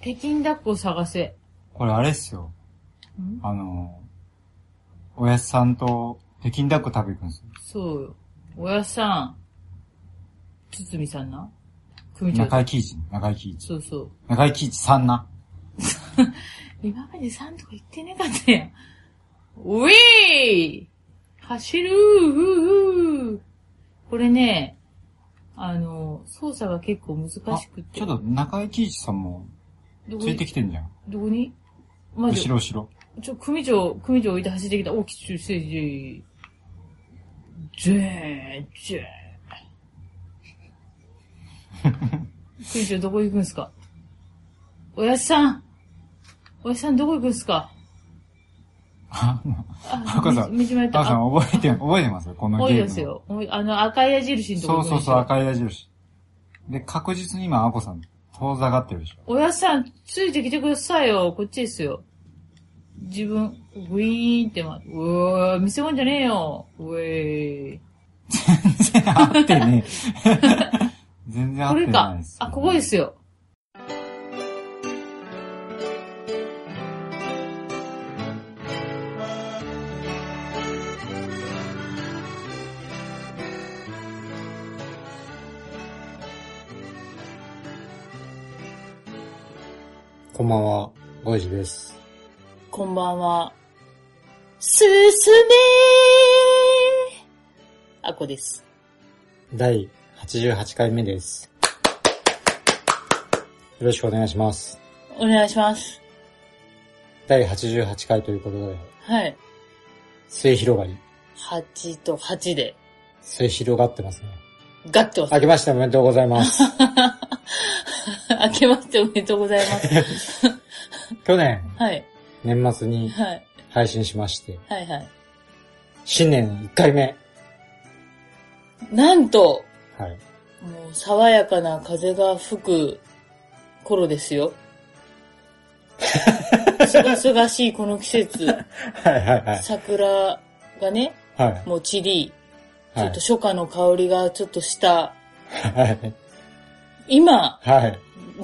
北京ダックを探せ。これあれっすよ。んあの、おやすさんと北京ダック食べ行くんですよ。そうよ。おやっさん、つつみさんな組長中井貴一ね、中井貴一。そうそう。中井貴一さんな。今までさんとか言ってなかったやん。ウィー走るーふーこれね、あの、操作が結構難しあくて。ちょっと中井貴一さんもどこついてに、きてんじゃん。どこにまず後、ろ後ろ。ちょ、組長、組長置いて走ってきた。お、きちゅう、せいじー。じー、じ ー。組長どこ行くんすかおやじさんおやじさんどこ行くんすかああ、赤さんみ道迷っ母た。さあ、ん覚え て、覚えてますこの多いゲでーすムの。よ。おいあの、赤い矢印のとこそうそうそう、い。赤い矢印。で、確実に今、アコさん、遠ざかってるでしょ。 おやじさん、ついてきてくださいよ。こっちですよ。自分、ウィーンってま、うわー、見せ物じゃねえよ。ウェーイ。全然合ってねえ 全然合こってれないかです。。あ、ここで。すよ。こんばんは、ゴイジです。こんばんは。すすめーあこです。第88回目です。よろしくお願いします。お願いします。第88回ということで、はい。末広がり。 8と8で、末広がってますね。ガッてます。明けましておめでとうございます。明けましておめでとうございます。去年、はい。年末にはい。配信しまして、はいはい。新年1回目。なんと、はい。もう爽やかな風が吹く頃で すよ。すがすがしいこの季節、はいはいはい。桜がね、はい。もう散り、ちはょいっと。初夏の香りがちょっとした、はい。今、はい。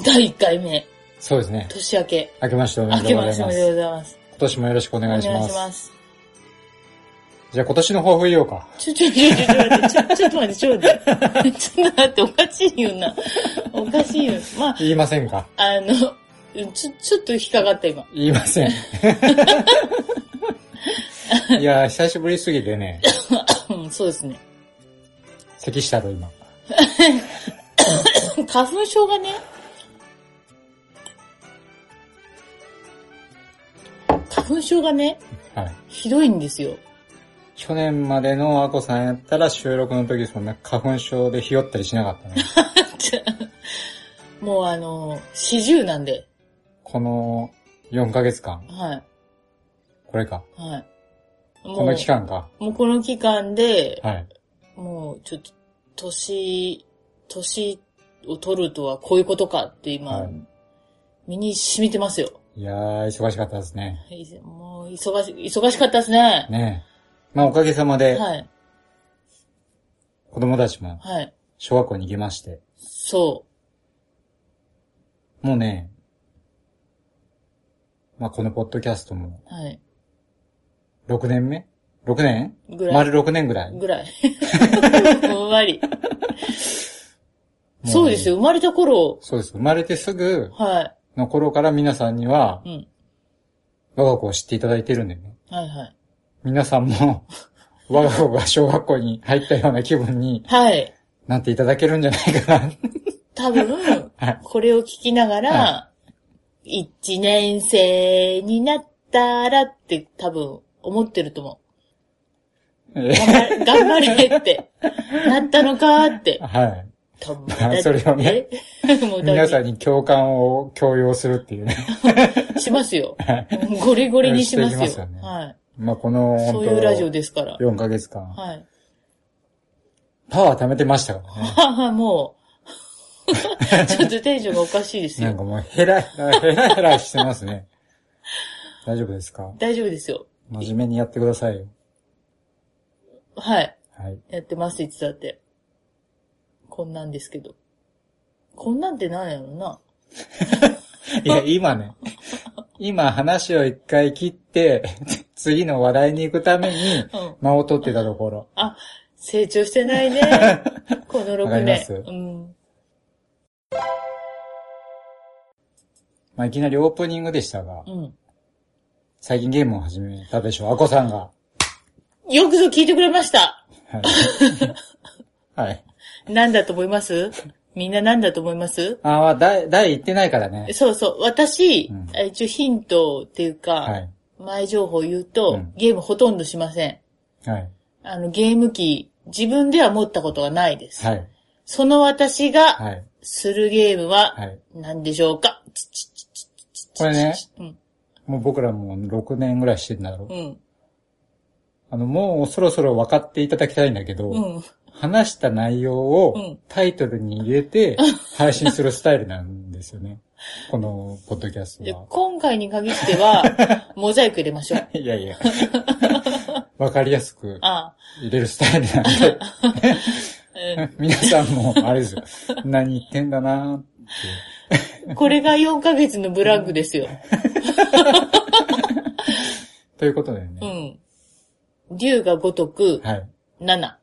第1回目、そうですね。年明け。明けましておめ明でとけうごまざしいておまめでとうごす。ざいます。今年もよろしくお願いします。す。じゃあ今年の抱負言おうか。ちょ、ちょ、ちょ、ちょ、ちょ、ちょっと待って、ちょっと待って、ちょっと待って、おかしいよな。おかしいよ。まあ、言いませんかあの、ちょ、ちょっと引っかかった今。言い ません。いやー、久しぶりすぎてね、うん、そうですね。咳したろ、今。花粉症がね、花粉症がね、はい。ひどいんですよ。去年までのアコさんやったら収録の時そんな花粉症でひよったりしなかったね。もうあの、四十なんで。この4ヶ月間、はい、これか。はい。もうこの期間か。もうこの期間で、はい。もうちょっと、年、年を取るとはこういうことかって今、はい身に染みてますよ。いやー、忙しかったですね。いもう、忙し、忙しかったですね。ねえ。まあおかげさまで、はい、子供たちもはい。小学校に行きまして、そもうね、まあこのポッドキャストもう、はい。 6年目 ?6 年ぐらい。丸6年ぐらい。ぐ らい。ふんわり。そうですよ。よ、生まれた頃、そうです。生まれてすぐはの頃から皆さんには、い。うん。我が子を知っていただいてるんだよね。はいはい。皆さんも、 我が子が小学校に入ったような気分にはい。なっていただけるんじゃないかな。多分はい、これを聞きながら、一年生になったらって多分思ってると思う。え 頑張れ、頑張れって。 なったのかーって。はい。多分ま あそれをね。だってえもう皆さだんに共感を強要するっていうね。 ってしますよ。ゴリゴリにしますしていきまよすよ。ねはまあこの、い。そう本当いうラジオですから。 4ヶ月間、はい。パワー貯めてましたからね。はは、も う。ちょっとテンションがおかしいですなんよ。かもうヘラ、ヘラヘラしてますね。大丈夫ですか大丈夫ですよ。真面目にやってくださいよ。はい。はい。やってます、いつだって。こんなんですけど。こんなんってなんやろな。いや、今ね、今話を一回切って、 次の話題に行くためにうん、間を取ってたところ。あ、成長してない ね。このわ6かりま年す。うん。まあ、いきなりオープニングでしたが、うん。最近ゲームを始めたでしょう、アコさんが。よくぞ聞いてくれました。 はい。はい。なんだと思いますみんななんだと思いますあーまあ、第、第行ってないからね。そうそう。私、うんえ一応ヒントっていうか、はい。前情報を言うと、うんゲームほとんどしません。はい。あの、ゲーム機、自分では持ったことがないです。はい。その私がはい。するゲームははい。何でしょうか、これね、うん。もう僕らもう6年ぐらいしてんだろう。うん。あの、もうそろそろ分かっていただきたいんだけど、うん。話した内容うをんタイトルに入れて配信するスタイルなんですよ ね。このポッドキャスでトは。今回に限って は、モザイク入れましょう。いやいや。 分かりやすくあ入れるスタイルな あ、んで、皆さんもあれですよ。何言ってんだなーっうんて。これが4ヶ月のブランクですよ。ということでうね。ん。竜が如く、はい。 7。ま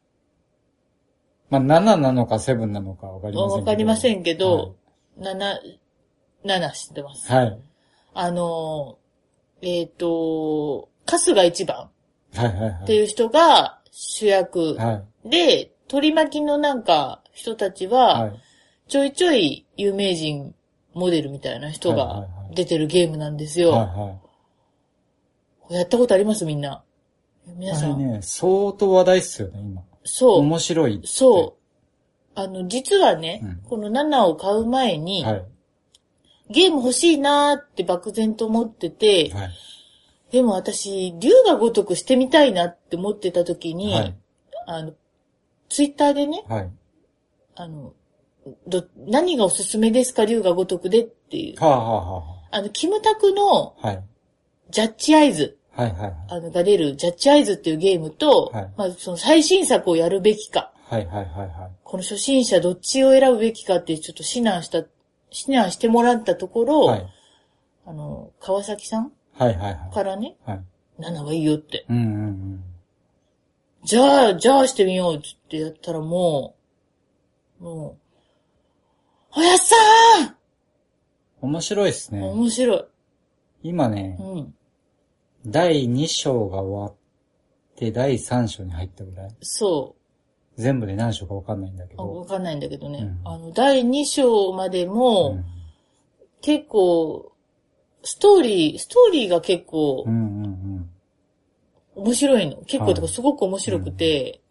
あ、7なのか7なのか分かりませんけど。わかりませんけど、7、7知ってます。はい。はい。あのー、えっ、と、春日一番はいはいはい。っていう人が主役はい。で、取り巻きのなんか人たちは、はい。ちょいちょい有名人モデルみたいな人はいはがいはい出てるゲームなんですはいよ。はい。やったことありますみんな。皆あされん。ね、相当話題っすよね、今。そう。面白いって。そう。あの、実はね、うんこの7を買う前に、はい。ゲーム欲しいなーって漠然と思ってて、はい。でも私、竜が如くしてみたいなって思ってた時に、はい。あの、ツイッターでね、はい。あの、ど、何がおすすめですか、龍が如くでっていう。はあ、はあはあの、キムタクのあ、はい。ジャッジアイズ、はいはいはい。あの、が出るジャッジアイズっていうゲームと、はいまあ、その最新作をやるべきか、はいはいはいはい。この初心者どっちを選ぶべきかっていうちょっと指南した、指南してもらったところ、はい。あの、川崎さんはいはいはかい。らね、はい。 7がいいよって。うんうんうん。じゃあ、じゃあしてみようっつってやったらもう、もう、おやっさ面白いっすーんね。面白い。今ねう、ん。第2章が終わって、第3章に入ったぐらい。そう。全部で何章かわかんないんだけあわど。かんないんだけどね。うんあの、第2章までも、うん結構、ストーリー、ストーリーが結構うんうんうん。面白いの。結構とかはいすごく面白くて、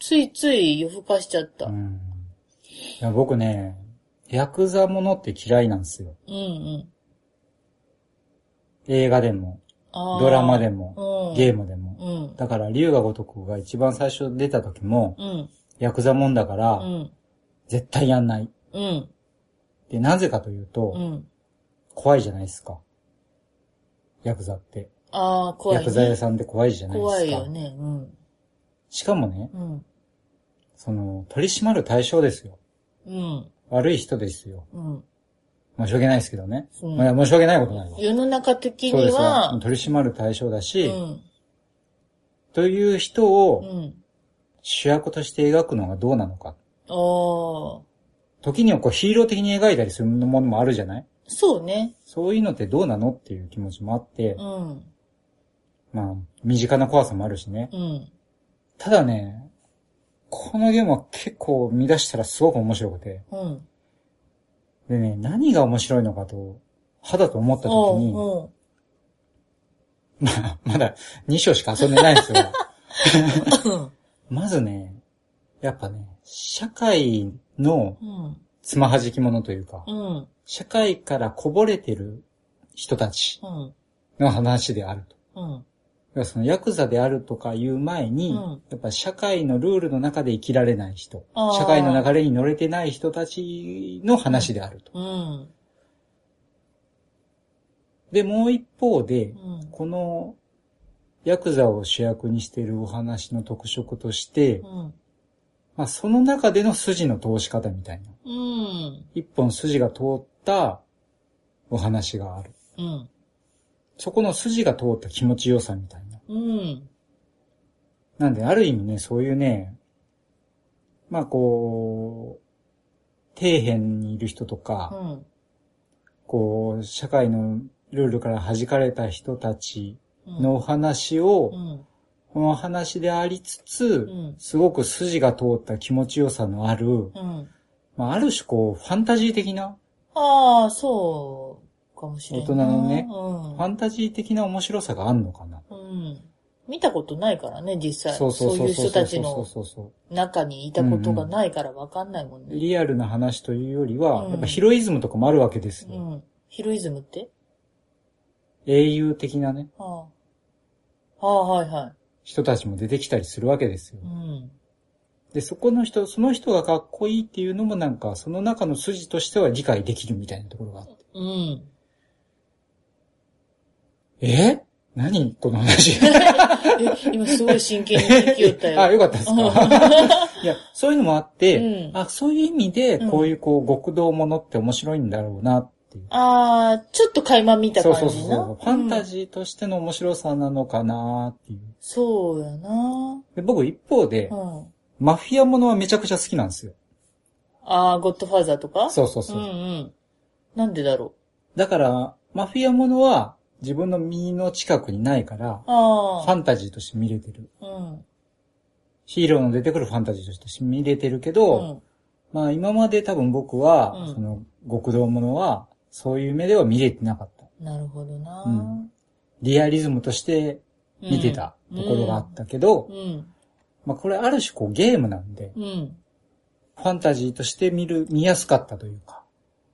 ついつい夜更かしちゃった。ううんんいや僕ね、ヤクザものって嫌いなんですよ。うん。映画でも、あドラマでも、も、うん、ゲーム。ムでも。うん。だから、龍が如くが一番最初出た時も、うん。ヤクザもんだかうら、ん。絶対やんない。うん。で、なぜかというと、うん。怖いじゃないですか。ヤクザって。ああ、怖ヤい、クザ屋ね。さんって怖いじゃないですか。怖いよね。うん。しかもね、うん。その、取り締まる対象ですよ。うん。悪い人ですよ。うん。申し訳ないですけどね。うんまあ申し訳ないことないわ。世の中的そうにですはよ。、取り締まる対象だうし、ん。という人うをん。主役として描くのがどうなのか。ああ、時にはこうヒーロー的に描いたりするものもあるじゃないそうね。そういうのってどうなのっていう気持ちもあってう、ん。まあ、身近な怖さもあるしね。うん。ただね、このゲームは結構見出したらすごく面白くて。うん。でね、何が面白いのかと、肌と思ったお時うに、おうまあ、 まだ2章しか遊んでないん ですよ。まずね、やっぱね、社会のうん。つまはじき者というかう、ん。社会からこぼれてる人たちうん。の話であると。うん。要はそのヤクザであるとかいう前に、うんやっぱ社会のルールの中で生きられない人あー、社会の流れに乗れてない人たちの話であると。うん。で、もう一方でう、ん。このヤクザを主役にしているお話の特色としてう、ん。まあその中での筋の通し方みたいな。うん。一本筋が通った、お話がある。うん。そこの筋が通った気持ちよさみたいな。うん。なんで、ある意味ね、そういうね、まあこう、底辺にいる人とか、うん。こう、社会のルールから弾かれた人たちうん。のお話を、うん。この話でありつつ、うん。すごく筋が通った気持ちよさのある、うん。まあ、ある種こう、ファンタジー的な、ああ、そう、かもしれない。大人のねファうンタジー的な面白さがあるのかな。ん。うん。見たことないからね、実際。そうそうそそうういうそう人そたうちそうのそうそ中にいたことがないからわかんないもんう。ね。リアルな話というよりは、うんやっぱヒロイズムとかもあるわけですうよ。ん。ヒロイズムって英雄的なね、はあ。はあ、はいは人たちも出てきたりするわけですよい。う。ん。で、そこの人、その人がかっこいいっていうのもなんか、その中の筋としては理解できるみたいなところがあって。うん。え何この話。え今すごい真剣に聞きよったよ。あ、よかったですか。 いや、そういうのもあって、うんあ、そういう意味で、うんこういうこう、極道ものって面白いんだろうなっていう。あー、ちょっと垣間見たそう感そうそうじそな。う。ファンター。ジーとしての面白さなのかなっていう。そうやなで僕一方で、うん。マフィアものはめちゃくちゃ好きなんですよ。あー、ゴッドファーザーとかそうそうそう。うんうん。なんでだろだから、マフィアものは自分の身の近くにないかう。ら、あフー。ァンタジーとして見れてる。うん。ヒーローの出てくるファンタジーとして見れてるけど、うん。まあ今まで多分僕は、うんその極道ものは、そういう目では見れてなかった。なるほどな、うんリアリズムとして見てたところがあったけど、うん。まあこれある種こうゲームなんで、うん。ファンタジーとして見る、見やすかったというか、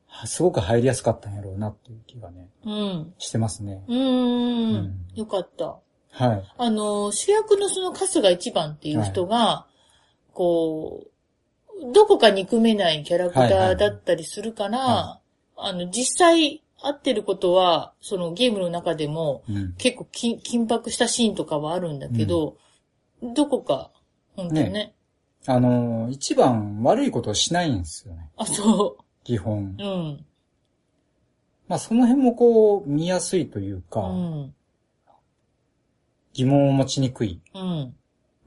はすごく入りやすかったんやろうなっていう気がね、うん。してますね。うん。うんうんよかった。はい。あの、主役のその春日一番っていう人が、こう、どこか憎めないキャラクタはいはいはーいだったりするから、はあの、実際会ってることは、そのゲームの中でもうん。結構き緊迫したシーンとかはあるんだけど、どこか、本当ねね。あのー一番悪いことをしないんですよね。あ、そ基本う。。うん。まあその辺もこう、見やすいといううか、ん。疑問を持ちにくいうん。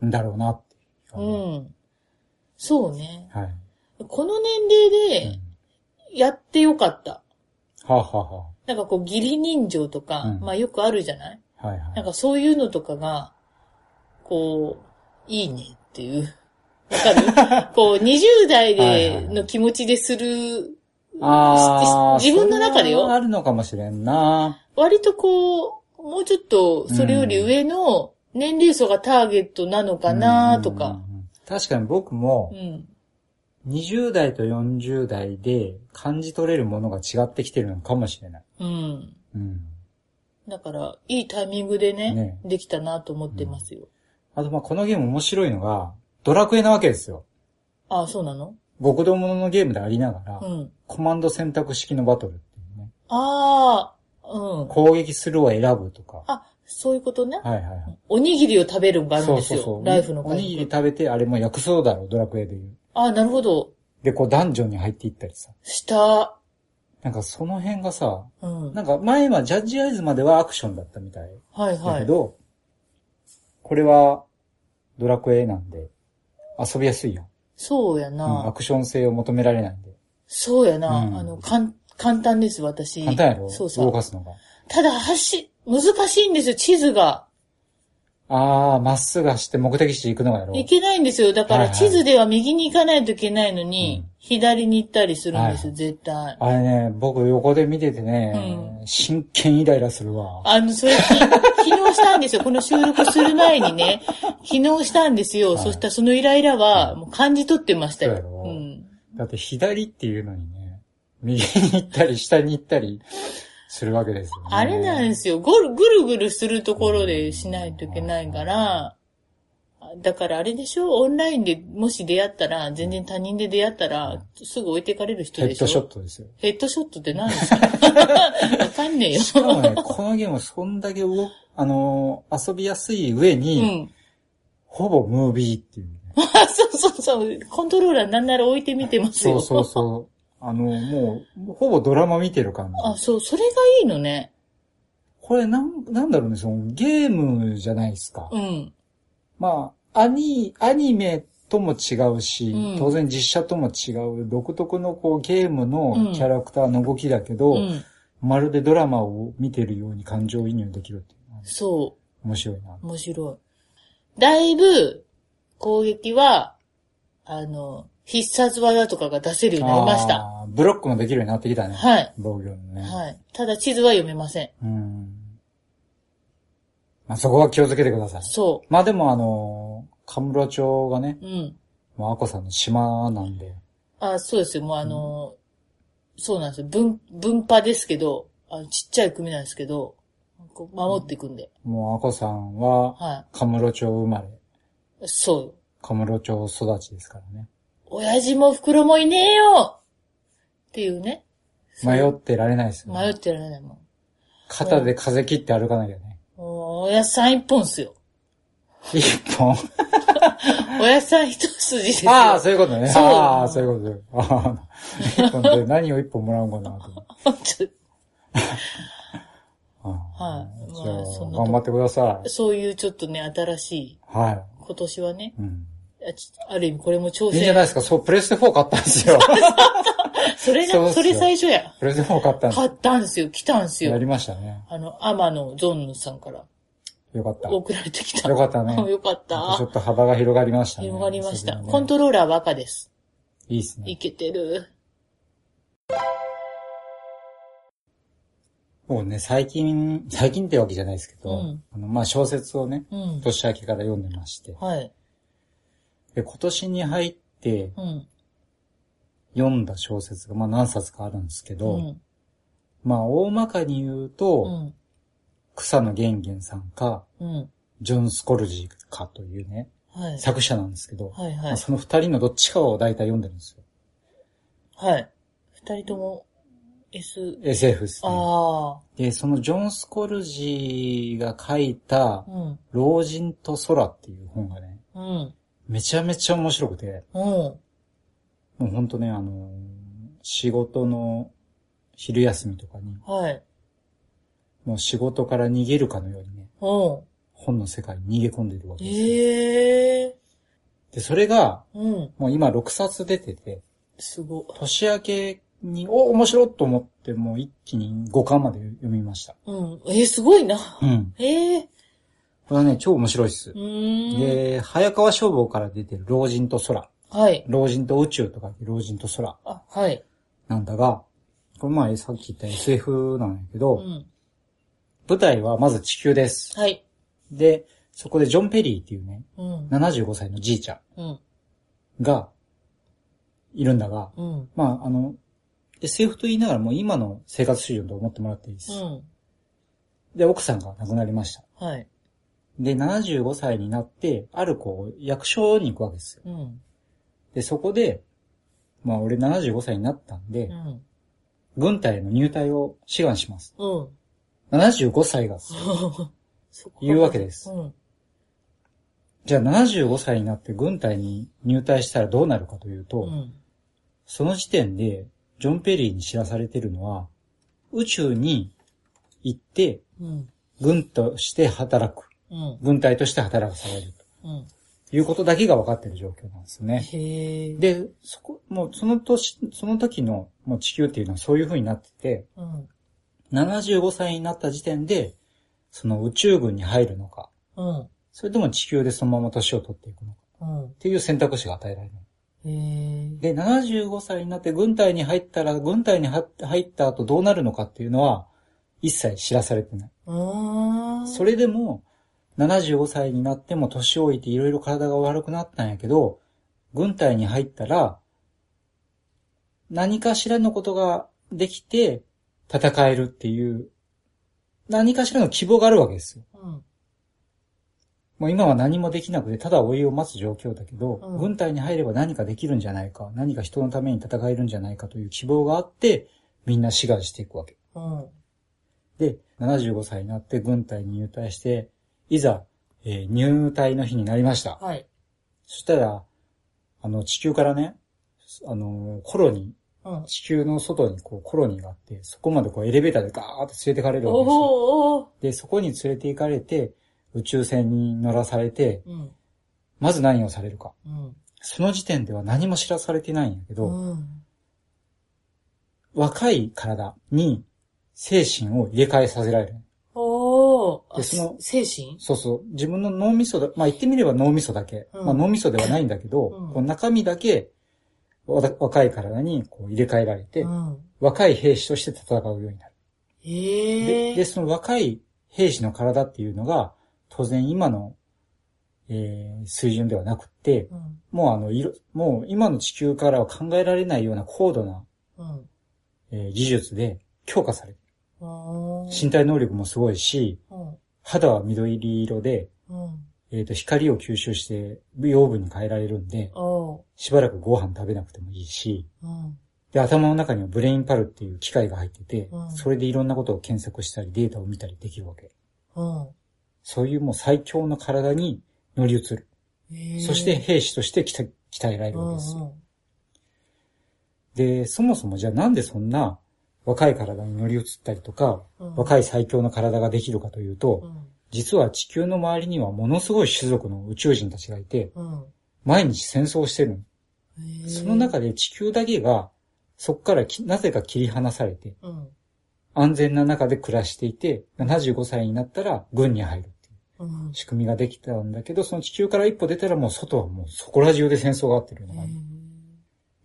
んだろうなっていうかね、うん。そうね。はい。この年う齢でんやってよかった。はあ、はあはなんかこう、義理人情とか、うんまあよくあるじゃないあ、はいはい。なんかそういうのとかが、こう、いいねっていう。わか るこう、20代はいはいではいの気持ちでする、あーしし自分の中でよそれはあるのかもしれんな。割とこう、もうちょっとそれより上の年齢層がターゲットなのかなとうんうか。んうん。確かに僕うも、ん。 20代と40代で感じ取れるものが違ってきてるのかもしれない。うん。うん。だから、いいタイミングでね、ねできたなと思ってますよ。あと、まあ、このゲーム面白いのが、ドラクエなわけですよ。ああ、そうなの極道もののゲームでありながら、うん。コマンド選択式のバトルっていうね、ああ、うん。攻撃するを選ぶとか。あ、そういうことね。はいはいはい。おにぎりを食べるんがあるんですよ。ライフのお回にぎり食べて、あれもう薬草だろ、ドラクエでいう。ああ、なるほど。で、こう、ダンジョンに入っていったりさ。した。なんかその辺がさ、うん。なんか前はジャッジアイズまではアクションだったみたいはいだはけい。ど、これはドラクエなんで遊びやすいよ、そうやうん。アな。クション性を求められないんで。そうやな。うんあの、かん、簡単です、私。簡単やろそう動そかう。すのが。ただ、橋、難しいんですよ、地図が。あー、まっすぐ走って目的地行くのがやろいけないんですよ。だかはら、いはい地図では右に行かないといけないのに、うん左に行ったりするんですはいよ、はい絶対。あれね、僕横で見ててね、う真剣イライラするわ。あの、それ、き 昨日したんですよ。この収録する前にね。昨日したんですよ。はいそしたらそのイライラは、もう感じ取ってましたそうやろよ。うん。だって左っていうのにね、右に行ったり下に行ったりするわけですよ、ね。あれなんですよ。ぐるぐるぐるするところでしないといけないから、だからあれでしょオンラインでもし出会ったら、全然他人で出会ったら、すぐ置いてかれる人ヘでッしょドショットですよ。ヘッドショットって何 ですかわかんねえよ。しかもね、このゲームそんだけ動く、あのー遊びやすい上うに、ん。ほぼムービーっていう、ね。あ、そうそうそう。コントローラーなんなら置いてみてますそよ。うそうそう。あの、もう、ほぼドラマ見てる感あ、じ。そう、それがいいのね。これ、なん、なんだろうね、その、ゲームじゃないですか。うん。まあ、アニ、アニメとも違うし、うん当然実写とも違う、独特のこう、ゲームのキャラクターの動きだけど、うん。まるでドラマを見てるように感情移入できるっていうのはそう。面白いな。面白い。だいぶ、攻撃は、あの、必殺技とかが出せるようになりました。あーブロックもできるようになってきたね。はい。防御のね。はい。ただ地図は読めません。うん。まあ、そこは気をつけてください。そまあでもあのー、カムロ町がね、う。うん。もうアコさんの島なんで、あ、そうですよ。もうあの、そうなんですよ。分、分派ですけど、あのちっちゃい組なんですけど、こう守っていくんで。もうアコさんは、はカムロ町生まれ、い。そうよ。カムロ町育ちですからね。親父も袋もいねえよっていうね。迷ってられないですよ、ね。迷ってられないもん。肩で風切って歩かなきゃね。もうおやっさん一本っすよ。一 本。おやっさん一筋ですよ。ああ、そういうことね。そうああ、そういうことああ。一本で何を一本もらうんかなと思って。ちょははいじゃまあそんなとあ、頑張ってください。そういうちょっとね、新しい、は今年はね、い。うん。あちある意味これも挑いい戦。んじゃないですか。そう、プレステ4買ったんですよ。 それそうっが、すよそれ最初や。プレステ4買ったんです買ったんすよ、来たんすよ。やより。ましたね。あの、天野ゾンヌさんからよかった。よ送られてきた。かったね。よかったちょっと幅が広がりましたね。広がりました。それでねコントローラーは赤です。いいですねい。けてる。もうね、最近、最近ってわけじゃないですけど、うんあのまあ小説をね、うん。年明けから読んでまして、はい。で今年に入ってうん。読んだ小説が、まあ何冊かあるんですけうど、ん。まあ大まかに言うと、うん。草野源元さんか、うん。ジョン・スコルジーかというね、はい。作者なんですけど、はいまはあい。その二人のどっちかを大体読んでるんですよ。はい。二人とも S、 SF ですね。あで、そのジョン・スコルジーが書いたあ。う、ん。老人と空っていう本がね、うん。めちゃめちゃ面白くて、うん。もうほんとね、あのー仕事の昼休みとかに、はい。もう仕事から逃げるかのようにね、うん。本の世界に逃げ込んでいるわけですよ。ええで、それが、うん。もう今6冊出てて、すごい。年明けに、お、面白いと思って、もう一気に5巻まで読みました。うん。えー、すごいな。うん。ええこれはね、超面白いっすう。ーん。で、早川消防から出てる老人と空。はい。老人と宇宙とか老人と空あ、はい。なんだが、これまあさっき言った SF なんやけうど、ん。舞台はまず地球です。はい。で、そこでジョン・ペリーっていうね、うん。 75歳のじいちゃうん。んが、いるんだが、うん。まああの、SF と言いながらもう今の生活水準と思ってもらっていいです。うん。で、奥さんが亡くなりました。はい。で、75歳になって、あるこう、役所に行くわけですよ。うん。で、そこで、まあ俺75歳になったんで、うん。軍隊への入隊を志願します。うん。 75歳が。そこいうわけですうん。じゃあ75歳になって軍隊に入隊したらどうなるかというと、うん。その時点で、ジョン・ペリーに知らされてるのは、宇宙に行って、うん。軍として働く。うん。軍隊として働かされる。うん。ということだけが分かってる状況なんですよね。へえ。で、そこ、もうその年、その時のもう地球っていうのはそういう風になってて、うん。 75歳になった時点で、その宇宙軍に入るのか、うん。それとも地球でそのまま年を取っていくのか、うんっていう選択肢が与えられる。。へえ。で、75歳になって軍隊に入ったら、軍隊には入った後どうなるのかっていうのは、一切知らされてない。うーん。それでも、75歳になっても年老いていろいろ体が悪くなったんやけど、軍隊に入ったら、何かしらのことができて戦えるっていう、何かしらの希望があるわけですよ。うん。もう今は何もできなくて、ただ老いを待つ状況だけど、うん軍隊に入れば何かできるんじゃないか、何か人のために戦えるんじゃないかという希望があって、みんな志願していくわけ。うん。で、75歳になって軍隊に入隊して、いざ、えー入隊の日になりました。はい。そしたら、あの、地球からね、あのー、コロニうん。地球の外にこうコロニーがあって、そこまでこうエレベーターでガーって連れてかれるわけですよ。おおで、そこに連れて行かれて、宇宙船に乗らされて、うん。まず何をされるか。うん。その時点では何も知らされてないんやけど、うん。若い体に精神を入れ替えさせられる。おおでその精神そうそう。自分の脳みそだ、まあ言ってみれば脳みそだけ。うんまあ脳みそではないんだけど、うんこう中身だけわた若い体にこう入れ替えられて、うん。若い兵士として戦うようになる。えでえで、その若い兵士の体っていうのが、当然今の、えー水準ではなくって、うん。もうあの、いろもう今の地球からは考えられないような高度な、うん。えー技術で強化される。おー身体能力もすごいし、うん。肌は緑色で、うん。えっ、と、光を吸収して、養分に変えられるんで、おーしばらくご飯食べなくてもいいし、うん。で、頭の中にはブレインパルっていう機械が入ってて、うんそれでいろんなことを検索したり、データを見たりできるわけ。うん。そういうもう最強の体に乗り移る。ええそして、兵士として鍛え鍛えられうるわんけうですよ。ん。で、そもそもじゃあなんでそんな若い体に乗り移ったりとか、うん若い最強の体ができるかというと、うん。実は地球の周りにはものすごい種族の宇宙人たちがいて、うん。毎日戦争をしてるのええその中で地球だけが、そこからきなぜか切り離されて、うん。安全な中で暮らしていて、75歳になったら軍に入るっていううん。仕組みができたんだけど、その地球から一歩出たらもう外はもうそこら中で戦争があってるような感じ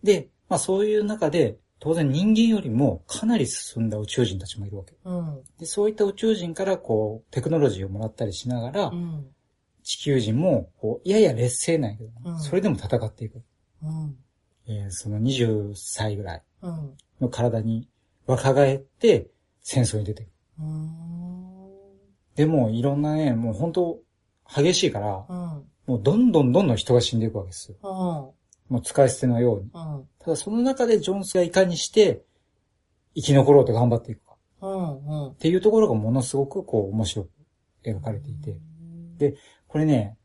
で、まあそういう中で、当然人間よりもかなり進んだ宇宙人たちもいるわけ。うん。で、そういった宇宙人からこう、テクノロジーをもらったりしながらう、ん。地球人も、こう、やや劣勢なんやけどね、うんそれでも戦っていく。うん。えーその20歳ぐらい。うん。の体に若返って戦争に出てくる。うん。でもいろんなね、もう本当激しいからう、ん。もうどんどんどんどん人が死んでいくわけですよ。うん。もう使い捨てのように。うん。ただその中でジョンスがいかにして生き残ろうと頑張っていくか。うん。うんっ。ていうところがものすごくこう面白く描かれていて。でこれね、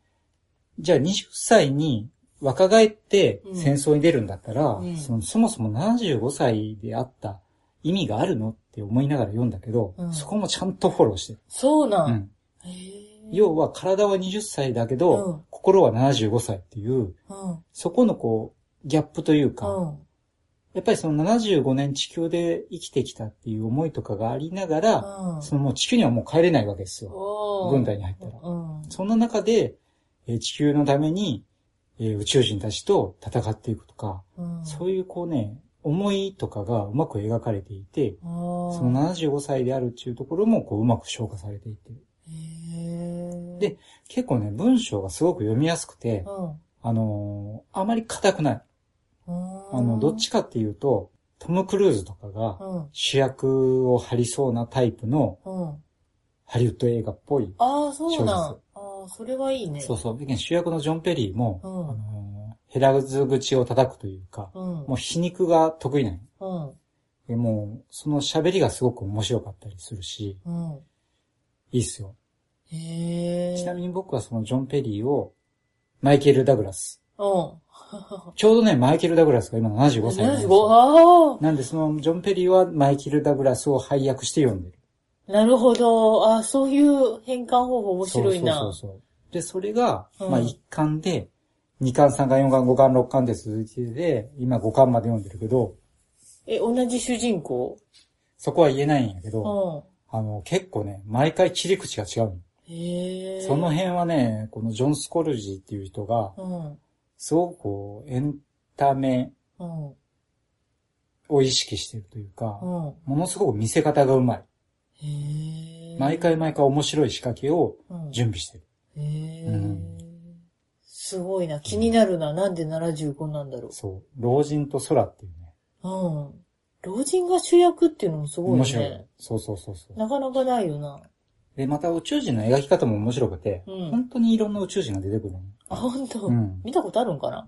じゃあ20歳に若返って戦争に出るんだったら、うんそのそもそも75歳であった意味があるのって思いながら読んだけど、うんそこもちゃんとフォローしてる。そうな。うんんへー要は体は20歳だけど、うん心は75歳っていう、うん。そこのこう、ギャップというか、うん。やっぱりその75年地球で生きてきたっていう思いとかがありながら、うん。そのもう地球にはもう帰れないわけですよ。おー軍隊に入ったら。うん。そんな中で、えー地球のために、えー宇宙人たちと戦っていくとか、うん。そういうこうね、思いとかがうまく描かれていて、あーその75歳であるっていうところもこううまく消化されていて、へーで結構ね、文章がすごく読みやすくて、うん。あのーあまり硬くない。ああの、どっちかっていうと、トム・クルーズとかうがん。主役を張りそうなタイプのうん。ハリウッド映画っぽい。ああ、そうなん。小ああー、それはいいね。そうそう。で主役のジョン・ペリーも、うあん。のー、ヘラズ口を叩くというか、うん。もう皮肉が得意なの。うん。でもう、その喋りがすごく面白かったりするし、うん。いいっすよ。へえ。ちなみに。に僕はそのジョン・ペリーを、マイケル・ダグラス。うん。ちょうどね、マイケル・ダグラスが今75歳なんですよ75、あなんでその、ジョン・ペリーはマイケル・ダグラスを配役して読んでる。あ。なるほど。ああ、そういう変換方法面白いな。そうそうそうそう。で、それが、うんまあ1巻で、2巻、3巻、4巻、5巻、6巻で続いてて、今5巻まで読んでるけど、え、同じ主人公そこは言えないんやけうど、ん。あの、結構ね、毎回切り口が違うの。へえ。その辺はね、このジョン・スコルジーっていう人が、うん。すごくこう、エンタメうん。を意識してるというか、うん。ものすごく見せ方がうまい。へえ。毎回毎回面白い仕掛けをうん準備してる。へえ、うんすごいな。気になるな。なんで75なんだろそう。老人と空っていうね。う。うん。老人が主役っていうのもすごいね。面白い。そうそうそうそう。なかなかないよな。で、また宇宙人の描き方も面白くて、うん本当にいろんな宇宙人が出てくるの。あ、本当、うん見たことあるんかな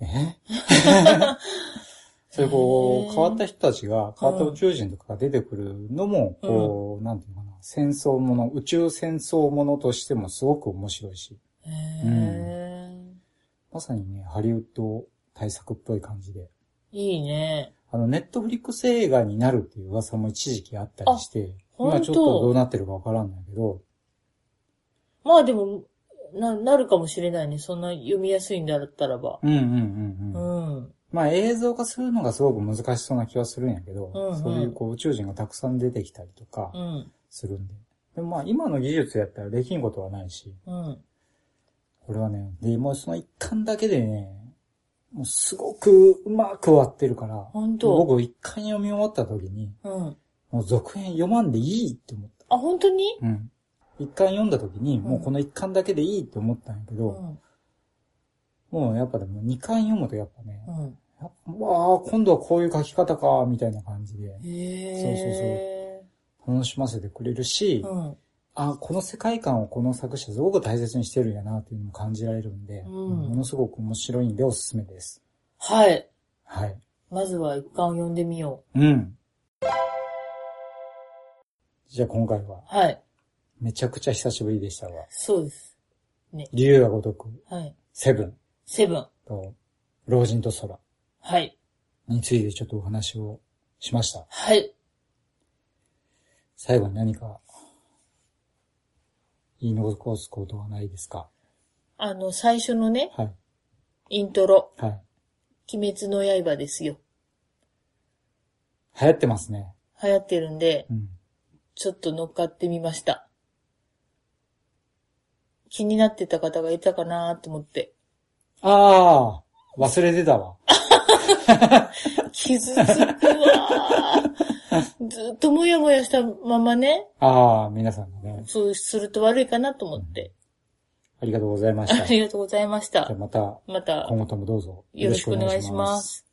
え それこへう、ー変わった人たちが、変わった宇宙人とかが出てくるのも、こう、なんていうのかな、戦争もの、宇宙戦争ものとしてもすごく面白いし、へえ、まさにね、ハリウッド対策っぽい感じで、いいね。あの、ネットフリックス映画になるっていう噂も一時期あったりして、あ今ちょっ本と当どうなってるかわからんないけど、まあでも、な、なるかもしれないね。そんな読みやすいんだったらば。うんうんうんううん。ん。まあ映像化するのがすごく難しそうな気はするんやけど、うんうんそういうこう宇宙人がたくさん出てきたりとかうん。するんで。でもまあ今の技術やったらできんことはないし、うん。これはね、で、もうその一巻だけでね、もうすごくうまく終わってるから、本当僕一巻読み終わった時に、うん。もう続編読まんでいいって思った。あ、本当にうん。一巻読んだ時に、んもうこの一巻だけでいいって思ったんやけうど、ん。もうやっぱでも二巻読むとやっぱねう、ん。やっぱうわあ今度はこういう書き方か、みたいな感じでへ楽しませてくれるし、そうそうそう。あ、この世界観をこの作者すごく大切にしてるんやなっていうのも感じられるんで、うんものすごく面白いんでおすすめです。うん。はい。はい。まずは一巻を読んでみようん。じゃあ今回はう。はい。めちゃくちゃ久しぶりでしたが、そうです。竜が如く、はい。セブンセブン。と、老人と空はい。についてちょっとお話をしました。はい。最後に何か言い残すことはないですかあの、最初のね、はい。イントロ。はい。鬼滅の刃ですよ。流行ってますね。流行ってるんで、うん。ちょっと乗っかってみました。気になってた方がいたかなと思って。ああ、忘れてたわ。傷つくわ ーずっともやもやしたままね、ああ、皆さんがね、そうすると悪いかなと思って。ありがとうございました。あじりがとうございましゃあた。また、また、今後ともどうぞよろしくお願いします。